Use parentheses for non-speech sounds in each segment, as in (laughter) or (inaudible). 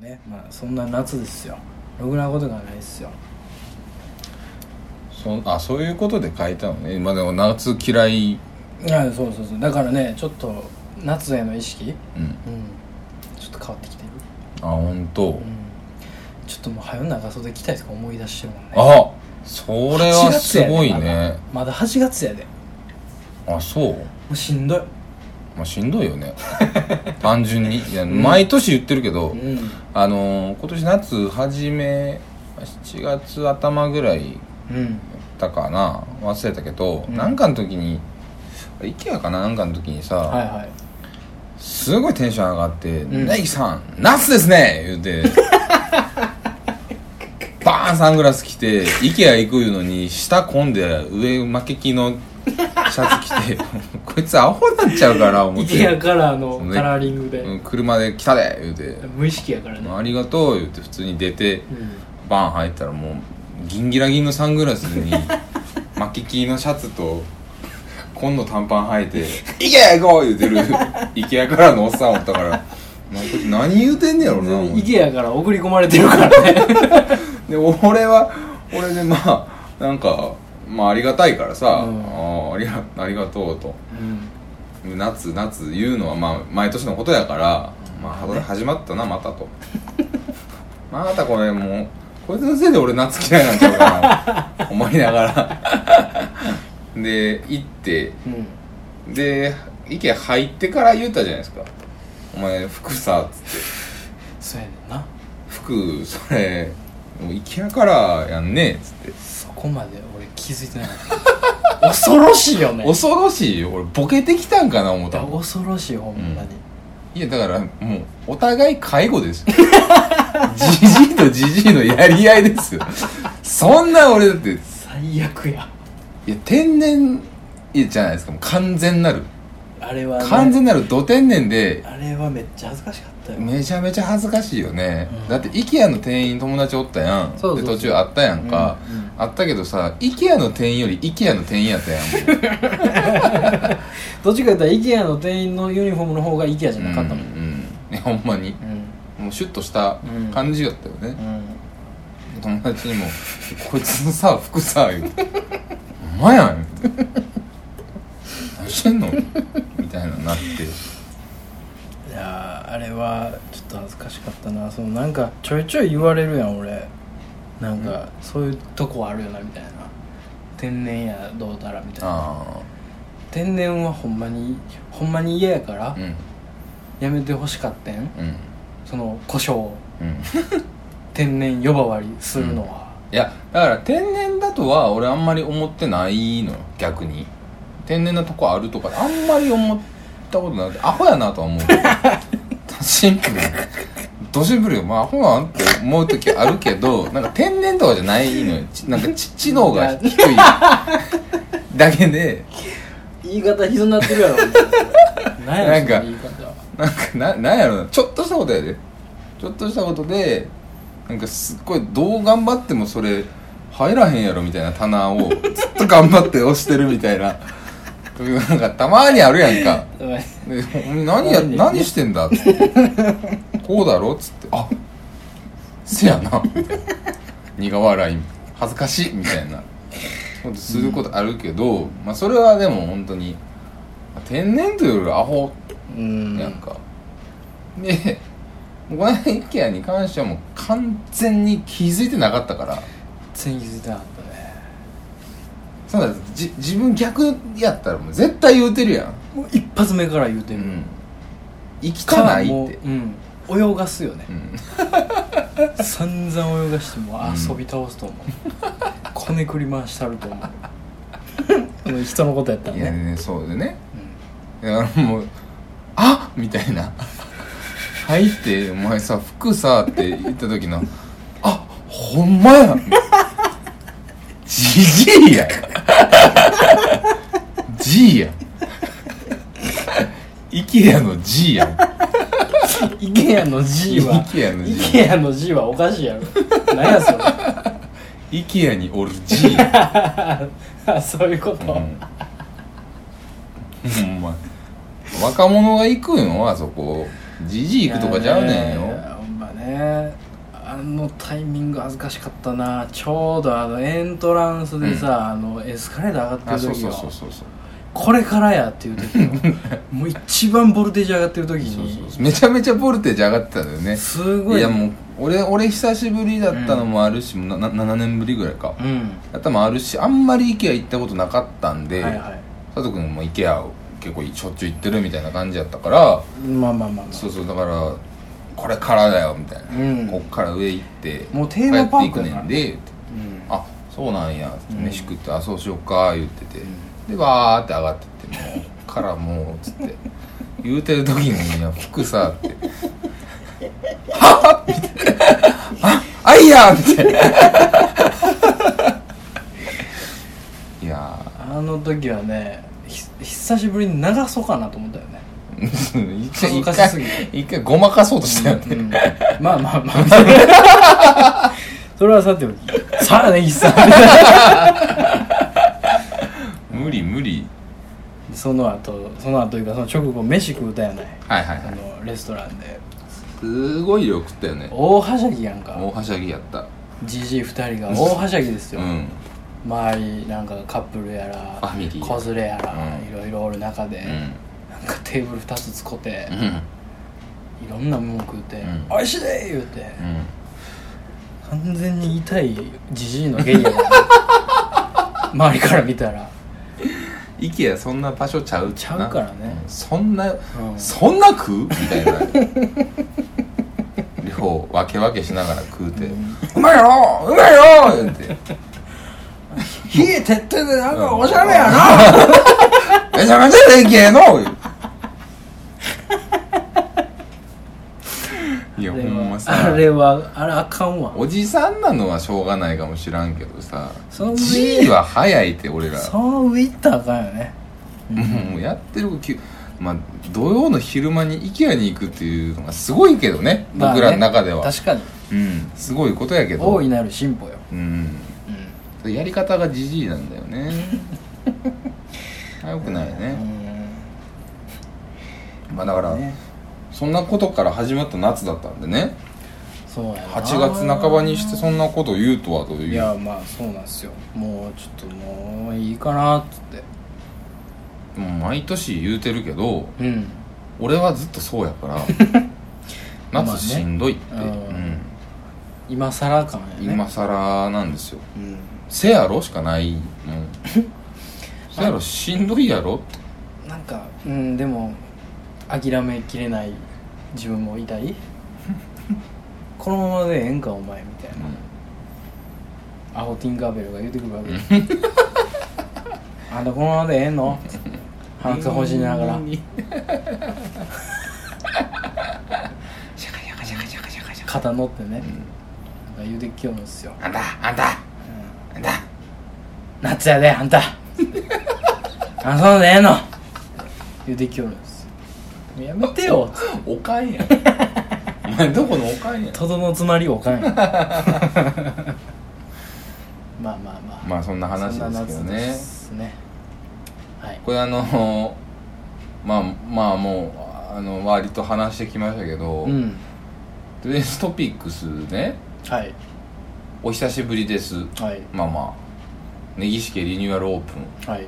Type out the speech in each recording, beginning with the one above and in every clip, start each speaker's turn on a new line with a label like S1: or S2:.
S1: ねまあそんな夏ですよろくなことがないですよ
S2: そあそういうことで変えたのねまあでも夏嫌い
S1: あそうそうそうだからねちょっと夏への意識
S2: うん
S1: うんちょっと変わってきてる
S2: あ本当、
S1: うんちょっともう早う長袖着たいとか思い出してるもんね
S2: あそれはすごい
S1: 8月や
S2: ね
S1: でまだまだ8月やでも
S2: あそう
S1: うしんどい
S2: まあしんどいよね (laughs) 単純にいや毎年言ってるけど、
S1: うん
S2: あのー今年夏初め7月頭ぐらい
S1: うん
S2: だったかな忘れたけど、
S1: うん
S2: なんかの時に IKEA かななんかの時にさ、
S1: はいはい
S2: すごいテンション上がって「
S1: ん
S2: ネギさん夏ですね!」言うて
S1: (laughs)
S2: バーンサングラス着て IKEA 行くいうのに下混んで上負け着のシャ
S1: (laughs)
S2: ツ着てこいつアホになっちゃうから思っ
S1: 池や
S2: て
S1: カラーの
S2: ね
S1: カラーリングで、
S2: うん車で来たで言うて
S1: 無意識やからね、
S2: 「ありがとう」言うて普通に出て
S1: うん
S2: バーン入ったらもうギンギラギンのサングラス
S1: (laughs)
S2: に巻き切りのシャツと紺の短パン履い
S1: (laughs)
S2: て「いけ行こう!」言うてる IKEA からのおっさんおったから「なんか何言うてんねやろな」思って
S1: 池やから送り込まれてるからね
S2: で俺は俺でまあなんかまあありがたいからさ「
S1: うん
S2: ああありがありがとう」と
S1: うん
S2: 「夏夏」言うのはまあ毎年のことやから「まあ、これ始まったなまた」と (laughs) 「またこれもうこいつのせいで俺夏嫌いなんちゃうかな」思いながら (laughs) で行って
S1: うん
S2: で意見入ってから言ったじゃないですか「お前服さ」つって
S1: そうやねんな
S2: 「服それもう IKEA からやんね」つって
S1: そこまで俺気づいてなかった恐ろしいよね
S2: 恐ろしいよ俺ボケてきたんかな思っ
S1: い
S2: た
S1: や
S2: もん
S1: 恐ろしいほんまに、
S2: いやだからもうお互い介護ですよ (laughs) じじいとじじいのやり合いですよそんな俺だってい
S1: 最悪や
S2: や天然じゃないですかもう完全なる
S1: あれはね、
S2: 完全なるど天然で
S1: あれはめっちゃ恥ずかしかったよ、
S2: めちゃめちゃ恥ずかしいよね、
S1: うん
S2: だって IKEA の店員友達おったやん
S1: そうそうそう
S2: で途中あったやんか、
S1: うんうん
S2: あったけどさ IKEA の店員より IKEA の店員やったやんも
S1: (laughs)
S2: う
S1: どっちか言ったら IKEA の店員のユニフォームの方が IKEA じゃなかったもん
S2: うん、うん、いやほんまに
S1: うん
S2: もうシュッとした感じやったよね、
S1: うん
S2: 友達にも「こいつのさ服さ」言うて「お前やん」言うて何してんの?」みたいななって
S1: いやーあれはちょっと恥ずかしかったなそのなんかちょいちょい言われるやん俺なんかそういうとこあるよなみたいな天然やどうたらみたいな
S2: あ
S1: 天然はほんまにほんまに嫌やから、
S2: あうん
S1: やめてほしかってん
S2: うん
S1: その故障を
S2: うん
S1: 天然呼ばわりするのは、
S2: いやだから天然だとは俺あんまり思ってないのよ逆に天然なとこあるとかあんまり思ったことなくてアホやなとは思うシンプルにどしぶりよまあアホなんって思う時あるけどなんか天然とかじゃないのよちなんか知知能が低いだけで
S1: 言い方ひど (laughs) なってるやろ何や
S2: なんか
S1: その言い方
S2: なんかななんやろなちょっとしたことやでちょっとしたことでなんかすっごいどう頑張ってもそれ入らへんやろみたいな棚をずっと頑張って押してるみたいななんかたまにあるやんかでお前何や何してんだっつってこうだろっつってあせやなみたいな苦笑い恥ずかしいみたいなことすることあるけど、まあそれはでも本当に天然というよりはアホ
S1: うん
S2: なんか、で (laughs) この間 IKEA に関してはもう完全に気づいてなかったから
S1: 全然気づいてなかったね
S2: そうだじ自分逆やったらもう絶対言うてるやん、
S1: もう一発目から言うて
S2: う
S1: る、
S2: ん、生きてない
S1: も
S2: っ
S1: う
S2: て
S1: うん、泳がすよね
S2: う、
S1: (laughs)
S2: ん、
S1: 散々泳がしても
S2: うん
S1: 遊び倒すと思 (laughs) う、こねくり回したると思うもう人のことやったら
S2: いや
S1: ね
S2: ねそうでねだからもう「あみたいな「入ってお前さ服さ」って言った時の「あほんまや」じじいやじいや IKEA の G やん
S1: IKEA の G は
S2: IKEA の G
S1: IKEA の G はおかしいやろ何や (laughs) それ
S2: IKEA におる G や
S1: あそういうこと、
S2: ん、うん、ほんま若者が行くんよあそこじじい行くとかちゃうねん
S1: い
S2: よ
S1: やいやほんまねタイミング恥ずかしかったなちょうどあのエントランスでさ、あのエスカレーター上が
S2: あ
S1: って
S2: そ
S1: る
S2: う
S1: 時
S2: そ
S1: よ
S2: うそうそうそう
S1: これからやっていう時
S2: (laughs)
S1: のもう一番ボルテージ上がってる時
S2: そうそう
S1: に
S2: そうめちゃめちゃボルテージ上がってたのよね
S1: す
S2: い
S1: ごい
S2: やもう俺俺久しぶりだったのもあるし、なな7年ぶりぐらいか、
S1: うん
S2: やったのもあるしあんまり IKEA 行ったことなかったんで、
S1: はいはい
S2: 佐藤君も IKEA を結構しょっちゅう行ってるみたいな感じやったから
S1: まあまあまあ、ま
S2: そうそうだからこれからだよみたいな、
S1: うん
S2: こっから上行って
S1: もうテーマパーク
S2: 帰
S1: だか
S2: っていく
S1: ら
S2: ねんでって
S1: あ、うん
S2: あそうなんや
S1: うん
S2: 飯食って、あそうしようか言ってて、でわーって上がってってもう (laughs) からもうつって言うてる時に「いや服さ」って (laughs) 「はっ!」みたいな「ああいや!」みたいな (laughs) いや
S1: あの時はねひ久しぶりに流そうかなと思ったよね
S2: ー (laughs)
S1: 恥
S2: 一回
S1: ず
S2: 一
S1: かしすぎ
S2: 回
S1: て
S2: 一回ごまかそうとしたよね、
S1: うんまあまあまあ
S2: (laughs)
S1: それはさておきさあね一さん
S2: 無理無理
S1: その後その後というかその直後飯食うたやない
S2: はいはい
S1: あ
S2: はい
S1: のレストランです
S2: ごいよ食ったよね
S1: 大はしゃぎやん
S2: 大
S1: か
S2: はしゃぎやった
S1: じじい2人が大はしゃぎです
S2: う
S1: よ、
S2: ん
S1: 周りなんかカップルやら
S2: ファミリー
S1: 子連れやら、
S2: う
S1: い
S2: ん
S1: ろいろおる中で、
S2: うん
S1: なんかテーブル2つ使って
S2: う、ん
S1: いろんなもん食うて
S2: う
S1: 「
S2: ん
S1: おいしい!」言うて、
S2: うん
S1: 完全に痛いじじいのゲイや
S2: (laughs)
S1: な周りから見たら
S2: IKEA そんな場所ちゃう
S1: ちゃうからね
S2: うんそんな、
S1: ん
S2: そんな食うみたいな両方分け分けしながら食うて「うまいやろうまいやろ!」言うて
S1: 「冷えてってでなんかおしゃれやな!
S2: 「めちゃめちゃでけ
S1: (laughs)
S2: えの!」いや
S1: あ
S2: ほ
S1: れ
S2: んま
S1: は」
S2: さ
S1: あれはあれあかんわ
S2: おじさんなのはしょうがないかもしらんけどさ
S1: その上
S2: G は早いって俺ら
S1: その上行ったらあかんよね
S2: もうやってるきゅまあ土曜の昼間に IKEA に行くっていうのがすごいけどね
S1: まあね
S2: 僕らの中では、
S1: 確かに
S2: うんすごいことやけど
S1: 大いなる進歩よ、
S2: うん
S1: う
S2: やり方がじじいなんだよ
S1: (laughs)
S2: ねあよくない
S1: ん
S2: ね、
S1: うん
S2: まあだから、
S1: ね
S2: そんなことから始まった夏だったんでね
S1: そうやな
S2: 8月半ばにしてそんなことを言うとはという
S1: いやまあそうなんですよもうちょっともういいかなっつって
S2: もう毎年言うてるけど
S1: うん
S2: 俺はずっとそうやから
S1: (laughs) まあね
S2: 夏しんどいって、
S1: うん今更感や
S2: うん、
S1: ね
S2: 今更なんですよ
S1: うん
S2: せやろしかない
S1: (laughs)
S2: もんせやろしんどいやろって
S1: なんかうんでも諦めきれない自分もいたいこのままでええんかお前みたいなアホティンカーベルが言うてくるわけ (laughs) あんたこのままでええの鼻くそほじりながら
S2: シャカシャカシャカシャカシャカシャカ
S1: 肩乗ってね、なんか言うてきよるんですよ
S2: あんたあんたあんた
S1: 夏やであん (laughs) たあんたのでええの言うてきよるんですよやめてよ
S2: おかんや
S1: (laughs)
S2: んお前どこのおかんやん
S1: とどのつ (laughs) まりおかんやまあまあまあ
S2: まあそんな話
S1: そん
S2: で
S1: な
S2: すけど
S1: 夏
S2: ね
S1: ですねはい
S2: これあのまあまあもうあの割と話してきましたけど、
S1: うん
S2: トゥデイズトピックスね
S1: はい
S2: お久しぶりです
S1: はい
S2: まあまあ根岸家リニューアルオープン
S1: はい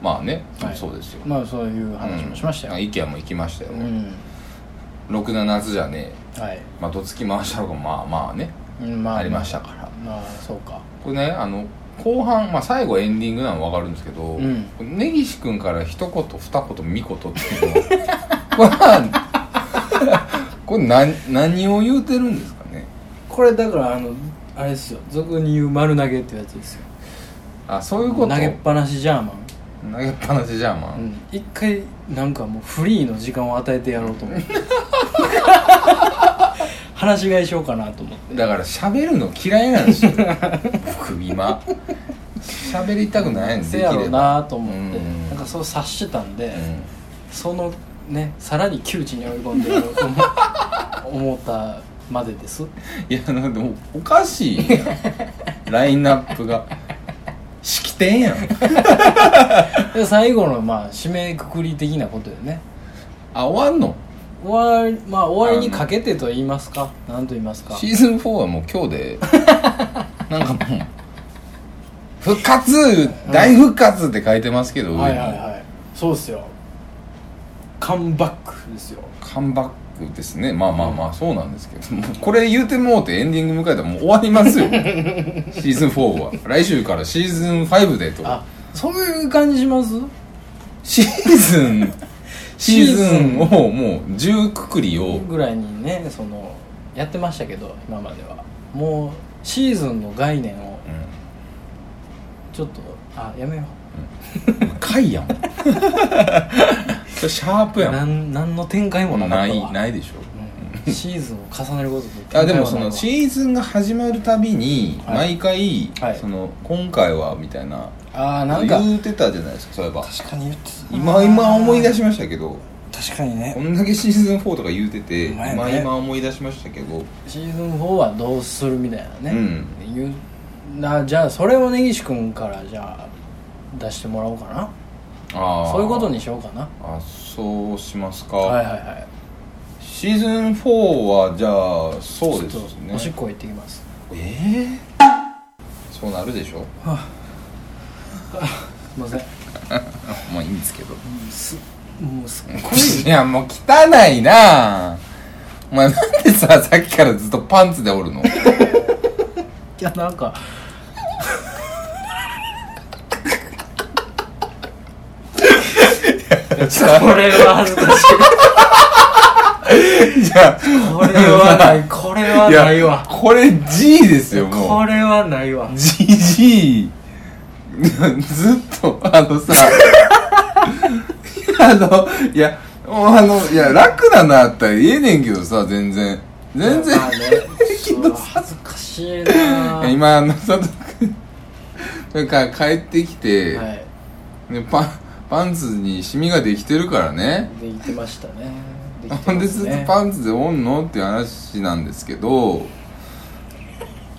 S2: まあね、
S1: はい
S2: そうですよ、
S1: まあそういう話もしましたよ、
S2: IKEA も行きましたよ、
S1: うん
S2: ろくな夏じゃね
S1: はい
S2: えまあどつき回したのがまあまあね
S1: うんまあ
S2: ありましたから
S1: まあそうか
S2: これねあの後半、まあ、最後エンディングなの分かるんですけど、
S1: うん
S2: 根岸君から一言二言三言っていうのは (laughs) これはこれ何何を言うてるんですかね
S1: これだからあのあれですよ俗に言う丸投げってやつですよ
S2: あそういうこ
S1: 投
S2: と
S1: げっぱなしジャーマン
S2: 投げっぱなしじゃんまあ、
S1: うん一回なんかもうフリーの時間を与えてやろうと思
S2: (laughs)
S1: って話し合いしようかなと思って
S2: だから喋るの嫌いなんですよ (laughs) 僕今喋りたくないんで
S1: せ
S2: できれ
S1: や
S2: ば
S1: ろうなと思って、
S2: うん
S1: なんかそう察してたんで、
S2: うん
S1: そのねさらに窮地に追い込んでる
S2: (laughs)
S1: 思ったまでです
S2: いやなんかでもおかしいや
S1: (laughs)
S2: んラインナップが式典やん
S1: で最後のまあ締めくくり的なことでね
S2: あ終わんの
S1: 終わりまあ終わりにかけてと言いますか何と言いますか
S2: シーズン4はもう今日でなんかもう復活大復活って書いてますけど、
S1: はい
S2: 上
S1: はい
S2: に
S1: はいそうですよカムバックですよ
S2: カムバックですねまあまあまあそうなんですけどもうこれ言うてもうてエンディング迎えたらもう終わりますよシーズン4は来週からシーズン5でと
S1: あそういう感じします
S2: シーズンシ
S1: シー
S2: ーズ
S1: ズン
S2: ンをもう10くくりを
S1: ぐらいにねそのやってましたけど今まではもうシーズンの概念を
S2: う
S1: ちょっとあやめよ
S2: ん回 (laughs) やもんそれシャープ
S1: う
S2: やもん
S1: なん何の展開もなか
S2: な
S1: った
S2: い
S1: わ
S2: ないでしょ
S1: うんシーズンを重ねることと展開
S2: あ
S1: は
S2: でもそ
S1: ない
S2: の
S1: わ
S2: シーズンが始まるたびに
S1: はい
S2: 毎回、
S1: はい
S2: その今回はみたいな
S1: あーなんか
S2: 言うてたじゃないですかそういえば
S1: 確かに言ってたな
S2: 今今思い出しましたけど
S1: 確かに
S2: こ
S1: ね
S2: んだけシーズン4とか言うてて、
S1: うまい
S2: 今
S1: ね
S2: 今思い出しましたけど
S1: シーズン4はどうするみたいな
S2: う
S1: ね
S2: ん、
S1: 言うなじゃあそれを根岸君からじゃあ出してもらおうか
S2: あ
S1: な
S2: ー
S1: そういうことにしようかな
S2: あそうしますか、
S1: はいはいはい
S2: シーズン4はじゃあそうで
S1: ちょっ
S2: す
S1: とおしっ
S2: ね
S1: こ行ってきます
S2: ええそうなるでしょ
S1: すいません
S2: まあいいんですけど
S1: すもうすっごい
S2: (laughs) いやもう汚いなあお前なんでささっきからずっとパンツでおるの
S1: いやなんかこれは恥ずかしい
S2: いや
S1: これはないこれはい
S2: や
S1: ないわ
S2: これ G ですよも
S1: こ
S2: う
S1: れはないわ
S2: GG ずっとあのさ (laughs) あのいやもうあのいや楽だなったら言えねんけどさ全然全然
S1: まあねそう恥ずかしいなぁ
S2: 今あの佐藤君それから帰ってき (laughs) て、
S1: はい
S2: ねパンパンツにシミができてるからね
S1: できてましたねでき
S2: ほ
S1: て
S2: ん
S1: ま
S2: ですずっ
S1: ね
S2: とパンツでおんのっていう話なんですけど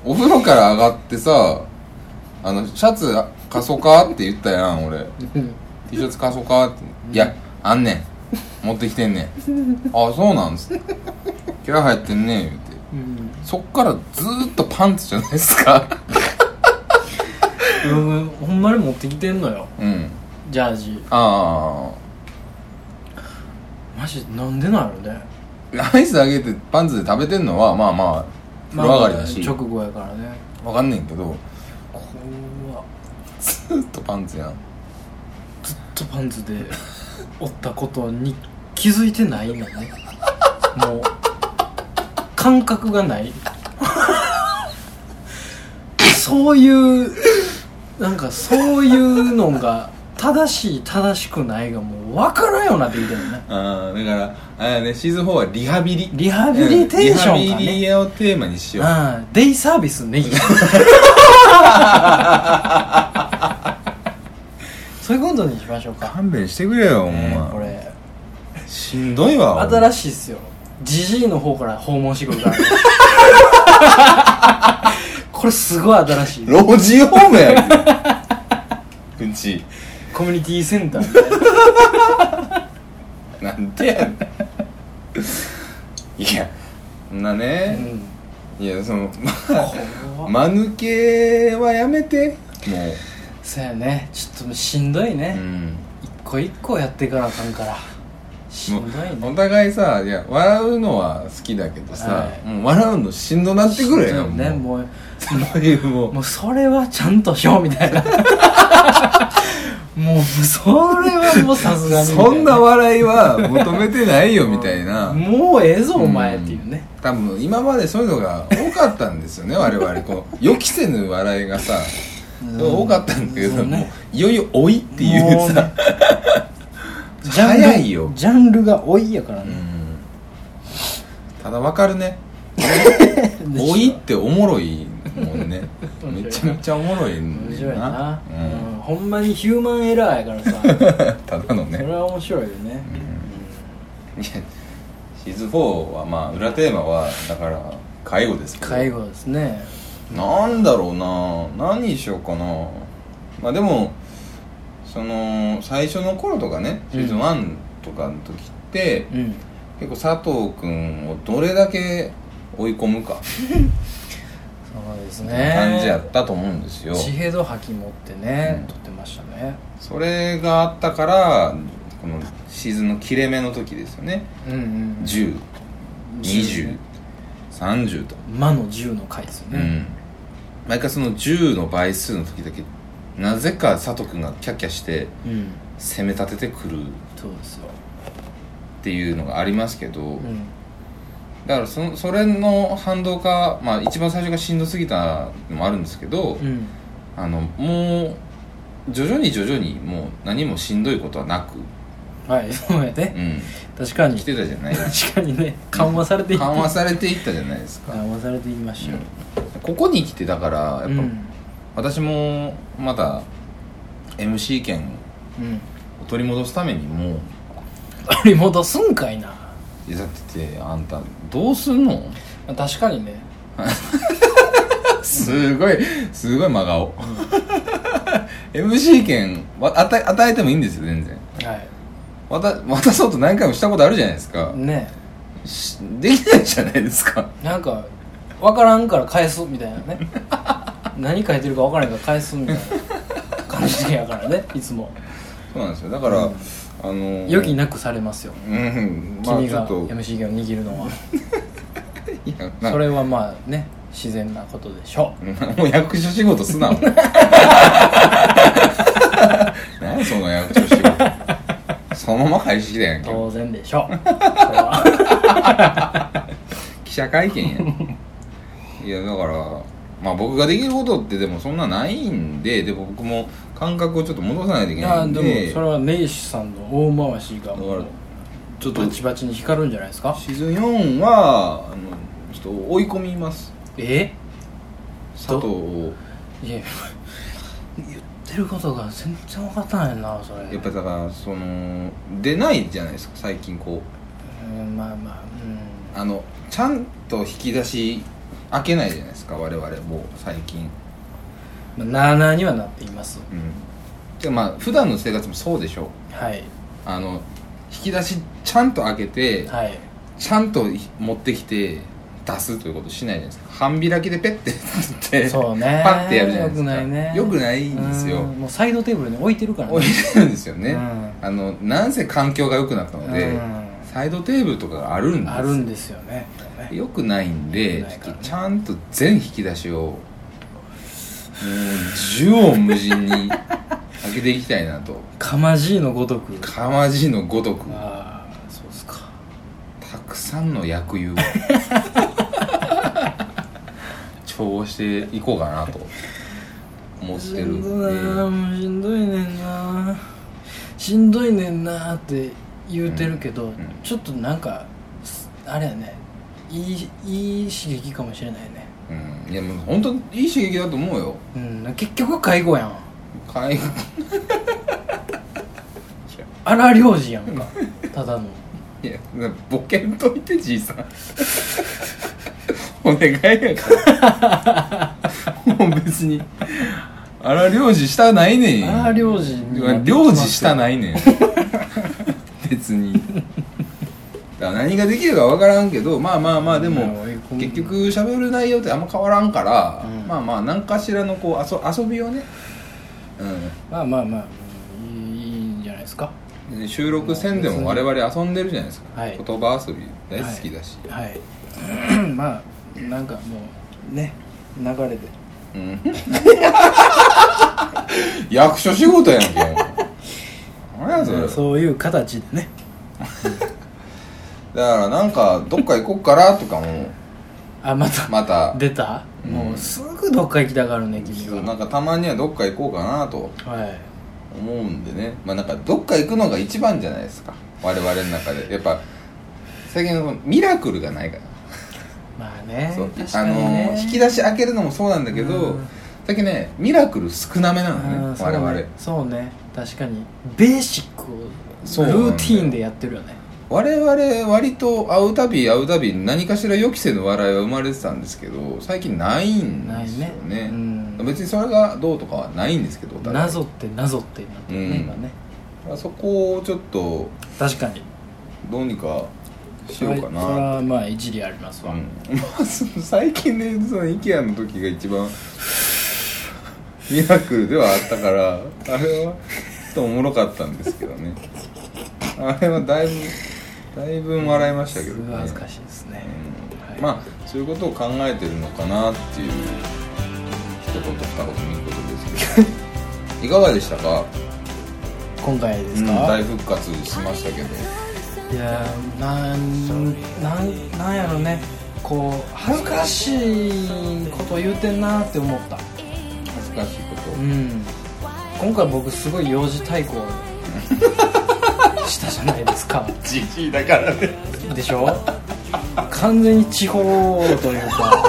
S2: お風呂から上がってさ「あのシャツ貸そうか?」って言ったやん俺
S1: うん
S2: 「T シャツ貸そうか?」って「いやあんねん持ってきてんねん」「あそうなんです」「気合入ってんねん」言うて
S1: うん
S2: そっからずーっとパンツじゃないですか
S1: うんほんまに持ってきてんのよ
S2: うん
S1: ジャージ
S2: あ
S1: マジなんでなんやろね
S2: あアイスあげてパンツで食べてんのはまあまあ風呂上がりだし、
S1: まあ直後やからね
S2: わかんねんけど
S1: 怖っ
S2: ずーっとパンツやん
S1: ずっとパンツでおったことに気づいてないのねもう感覚がないそういうなんかそういうのが正しい正しくないがもう分からんようになってきてるね
S2: ああだからあれねシーズン4はリハビリ
S1: リハビリテーション
S2: リ
S1: か
S2: ハビリ
S1: ね
S2: をテーマにしよう
S1: ああデイサービスねそういうことにしましょうか、
S2: 勘弁してくれよお
S1: ね
S2: 前、
S1: これ
S2: しんどいわ
S1: 新しいっすよジジイの方から訪問してくる
S2: (laughs)
S1: からこれすごい新しい
S2: 老人ホームやけうち
S1: コミュニティセンターみたいな
S2: なんてやね
S1: (laughs)
S2: んいやそんなね、いやその
S1: うん怖っ
S2: まぬけはやめても、
S1: そうやねちょっとしんどいう
S2: う
S1: ね、
S2: ん、
S1: 一個一個やっていかなあかんからしんどい
S2: も
S1: ね
S2: うお互いさいや笑うのは好きだけどさ、
S1: はい
S2: もう笑うのしんどなってくれ
S1: し
S2: よ
S1: んどいね
S2: もう
S1: もう
S2: (laughs) そういうもう
S1: もうそれはちゃんとしようみたい
S2: (laughs)
S1: なもうそれはもうさすがにみたい
S2: そんな笑いは求めてないよみたいな
S1: もうええぞお前っていうね、
S2: 多分今までそういうのが多かったんですよね我々こう予期せぬ笑いがさ多かったんだけ
S1: そ
S2: ど
S1: うね
S2: もういよいよ老いっていうさ
S1: ジャンル
S2: 早いよ
S1: ジャンルが老いやから
S2: う
S1: ね、
S2: んただわかるね
S1: でしょ
S2: 老いっておもろいもん
S1: (laughs)
S2: ねめちゃめちゃおもろいん
S1: 面
S2: だ
S1: 白
S2: よ
S1: いな
S2: な、
S1: うんほんまにヒューマンエラーやからさ
S2: うん (laughs) ただの
S1: それ
S2: ね
S1: は面白いよね、
S2: いやシーズン4はまあ裏テーマはだから介護ですけど
S1: 介護ですね
S2: なんだろうな何にしようかなまあでもその最初の頃とかねシーズン1とかの時って、
S1: うん
S2: 結構佐藤君をどれだけ追い込むか
S1: そうですね
S2: 感じやったと思うんですよ、
S1: 地平度吐き持ってね、
S2: うん
S1: 撮ってましたね
S2: それがあったからこのシーズンの切れ目の時ですよね
S1: うんうん
S2: 102030と、
S1: 魔の銃の回ですよ
S2: う
S1: ね、
S2: ん、毎回その10の倍数の時だけなぜか佐藤君がキャッキャして
S1: うん
S2: 攻め立ててくるっ
S1: そうですよ、
S2: ていうのがありますけど、
S1: うん、
S2: だからそのそれの反動か、まあ、一番最初がしんどすぎたのもあるんですけど、
S1: うん
S2: あのもう徐々に徐々にもう何もしんどいことはなく、
S1: はいそうやね
S2: うん、
S1: 確かに
S2: 来てたじゃないですか
S1: 確かにね緩和されていって
S2: 緩和されていったじゃないですか、
S1: 緩和されていきましたよ、
S2: ここに来てだからやっぱ、
S1: うん
S2: 私もまだ MC 権
S1: うん
S2: を取り戻すためにもう
S1: 取り戻すんかいない
S2: やだっててあんたどうすんの
S1: まあ確かにね
S2: すごいすごい真顔、MC 権わ与え与えてもいいんですよ全然
S1: は
S2: 渡渡そうと何回もしたことあるじゃないですか
S1: いね
S2: しできないじゃないですか
S1: なんか分からんから返すみたいなね (laughs) 何書いてるか分からんから返すみたいな感じやからねいつも
S2: そうなんですよだから、
S1: うん
S2: あの
S1: 余儀なくされますよ、
S2: うんまあ
S1: 君
S2: ちょ
S1: が
S2: っと
S1: MC 権を握るのは
S2: いやな
S1: それはまあね自然なことでしょ
S2: もう役所仕事
S1: (laughs)
S2: すな。何その役所仕事。そのまま開始だや
S1: うん
S2: け。
S1: 当然でしょうそれは
S2: 記者会見やん。 (laughs) いや、だから、まあ僕ができることってでもそんなないんで、でも僕も感覚をちょっと戻さないとい
S1: い
S2: けな
S1: や
S2: いん
S1: で
S2: で、
S1: もそれは根岸さんの大回しがも
S2: だ
S1: う
S2: からちょっと
S1: バチバチに光るんじゃないですか
S2: シーズン4は、あのちょっと追い込みます。
S1: え
S2: 佐藤を。
S1: いや言ってることが全然分かったんやなそれ
S2: やっぱだから、その、出ないじゃないですか、最近こう。
S1: うんまあまあうん
S2: あのちゃんと引き出し開けないじゃないですか我々もう最近
S1: まあ、なあなあにはなっています
S2: うんでまあ普段の生活もそうでしょう
S1: はい
S2: あの引き出しちゃんと開けて、
S1: はい
S2: ちゃんと持ってきて出すということしないじゃないですか半開きでペッてって
S1: そうね
S2: パッてやるじゃないですか
S1: よくないね
S2: よくないんですよ
S1: うんもうサイドテーブルに置いてるから
S2: 置いてるんですよね、
S1: うん
S2: あのなんせ環境が良くなったので、
S1: うん
S2: サイドテーブルとかがあるんです
S1: あるんですよね
S2: よくないんで
S1: 良くないからね
S2: ちゃんと全引き出しをもう縦横無尽に開けていきたいなと
S1: かまじいのごとく
S2: かまじいのごとく
S1: ああそうっすか
S2: たくさんの薬湯を調和していこうかなと思っ
S1: して
S2: る
S1: んどいなあもう
S2: んで
S1: しんどいねんなあしんどいねんなあって言うてるけど、
S2: ん
S1: ちょっとなんかすあれやねいいいい刺激かもしれないね
S2: うんいやもう本当にいい刺激だと思うよ
S1: うん結局介護やん
S2: 介護
S1: 荒領事やん
S2: (laughs)
S1: かただの
S2: いやボケんといてじいさんお願いやからもう別にあら領事したないねん
S1: 荒領事になってきま
S2: 領
S1: す
S2: 事したないねん (laughs) 別にだから何ができるか分からんけどまあまあまあでも
S1: まあ追い込む
S2: 結局喋る内容ってあんま変わらんから、
S1: うん
S2: まあまあ何かしらのこう遊遊びをね、う
S1: まあまあまあうんいいいいんじゃないですか
S2: ん、収録せんでも我々遊んでるじゃないですか、
S1: はい
S2: 言葉遊び大好きだし、
S1: はい (clears throat) まあなんかもうね流れで
S2: うん、 (laughs) 役所仕事やんけ何やそれだ
S1: そういう形でね
S2: からなんかどっか行こっからとかも
S1: あまた
S2: また
S1: 出た、
S2: うん
S1: もうすぐどっか行きたがるね君
S2: そう
S1: は
S2: なんかたまにはどっか行こうかなと
S1: はい
S2: 思うんでねまあなんかどっか行くのが一番じゃないですか我々の中でやっぱ最近のミラクルがないから
S1: まあね
S2: そう
S1: 確
S2: あ
S1: かに
S2: の
S1: ね
S2: ー引き出し開けるのもそうなんだけど
S1: うん
S2: 最近ねミラクル少なめなの
S1: うん
S2: ね
S1: そう
S2: 我
S1: ね
S2: 々
S1: そうね確かにベーシックを
S2: そうなんだよ
S1: ルーティーンでやってるよね
S2: 我々割と会うたび会うたび何かしら予期せぬ笑いは生まれてたんですけど最近ないん
S1: な
S2: で
S1: い
S2: すよ
S1: ね
S2: ね
S1: うん
S2: 別にそれがどうとかはないんですけどお互い
S1: 謎って謎ってなってるね、
S2: うん
S1: 今ね
S2: そこをちょっと
S1: 確かに
S2: どうにかしようかな
S1: それはまあ一理ありますわ、
S2: うんまあその最近で言うとその IKEA の時が一番ミラクルではあったからあれはちょっとおもろかったんですけどねあれはだいぶだいぶ笑いましたけど
S1: それ
S2: ね
S1: は恥ずかしいですね、
S2: うん
S1: はい
S2: まあそういうことを考えてるのかなっていう一言二言見ることですけど (laughs) いかがでしたか
S1: 今回で
S2: う
S1: す
S2: ん
S1: か、
S2: 大復活しましたけど
S1: いやーなんなんなんやろねこう恥ずかしいこと言うてんなって思った
S2: 恥ずかしいこと、
S1: うん今回僕すごい幼児
S2: (laughs)
S1: 対抗したじゃないですか
S2: じじいだからね
S1: でしょ (laughs) 完全に地方というか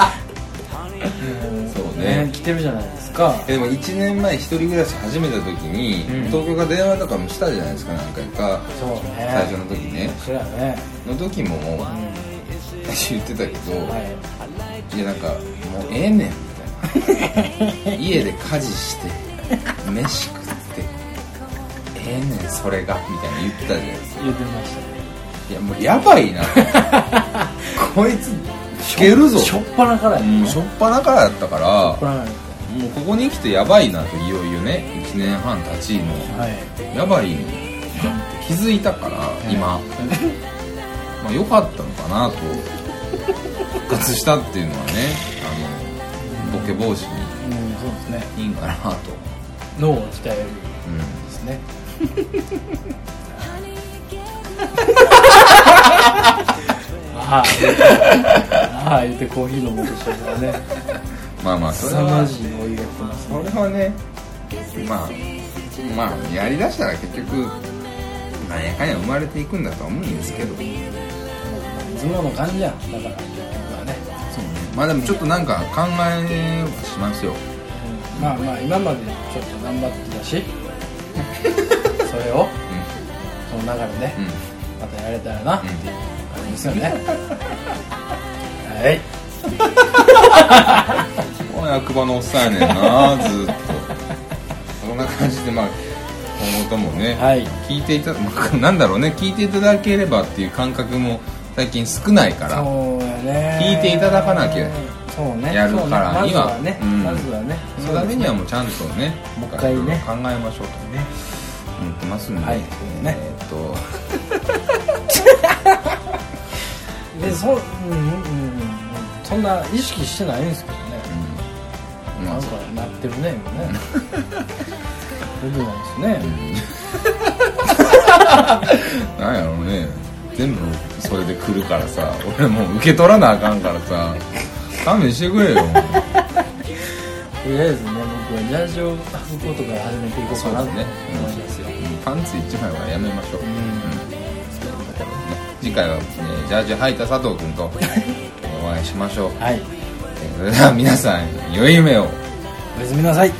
S2: (laughs)
S1: うん
S2: そうね
S1: 来てるじゃないですか
S2: でも1年前一人暮らし始めた時に、
S1: うん
S2: 東京から電話とかもしたじゃないですか何回か
S1: そうね
S2: 最初の時ね
S1: そうやね、
S2: の時もも
S1: う
S2: う
S1: ん
S2: 言ってたけど、
S1: はい
S2: い、やなんかもうええねんみ
S1: (laughs)
S2: たいな家で家事して飯食ってええねんそれがみたいな言ってたじゃないですか
S1: 言ってましたね
S2: いやもうやば
S1: (laughs)
S2: いなこいつ聞けるぞ
S1: しょっぱなからやね
S2: うんしょっぱなからやったから
S1: これはね
S2: もうここに来てやばいなといよいよね1年半経ちの
S1: はい
S2: やばいなって気づいたから今、まあ、良かったのかなと復活したっていうのはねあのボケ防止
S1: うんそうですね
S2: にいいんかなと、
S1: 脳を鍛える
S2: うん
S1: ですねああ言うてああ言ってコーヒー飲もうとしてるからね
S2: まあまあそれ
S1: 凄ま
S2: は
S1: じいお湯が来てます
S2: それ
S1: ね
S2: はねまあまあやりだしたら結局なんやかんや生まれていくんだとは思うんですけどそうね
S1: 頭脳の感じやんだから結局はね、
S2: まあでもちょっとなんか考えはしますよ
S1: うんまあまあ今までちょっと頑張ってた
S2: (laughs)
S1: しそれを
S2: う
S1: その流れで
S2: んうん
S1: またやれたらな、
S2: うん
S1: あれですよ
S2: (laughs)
S1: ねはい
S2: お前悪魔のおっさんやねんなずっとそんな感じでまあ今後ともね、
S1: はい
S2: 聞いていた、 (laughs) まあ、なんだろうね聞いていただければっていう感覚も最近少ないから
S1: そうやね
S2: 聞いていただかなきゃ
S1: そうね
S2: やるからには
S1: そうね
S2: うん
S1: まずはね、まず
S2: その
S1: は
S2: ため
S1: ね
S2: にはもうちゃんとね
S1: もう一回ね
S2: 考えましょうとね思ってますんで、
S1: はいね
S2: えーっと
S1: でそ,、うんうんうん、そんな意識してないんですけどね、
S2: うんま
S1: な
S2: あ
S1: ん
S2: そう
S1: かなってるね今ねよくないですね、
S2: なんやろうね全部それで来るからさ俺もう受け取らなあかんからさ勘弁してくれ
S1: と
S2: よ
S1: りあえずね僕はジャージを履くことから始めていこうかなと思いますよ、
S2: パンツ一枚はやめましょう、
S1: うん
S2: 次回は、ね、ジャージ履いた佐藤君とお会いしましょう、
S1: はい
S2: えーそれでは皆さん良い夢を
S1: おやすみなさい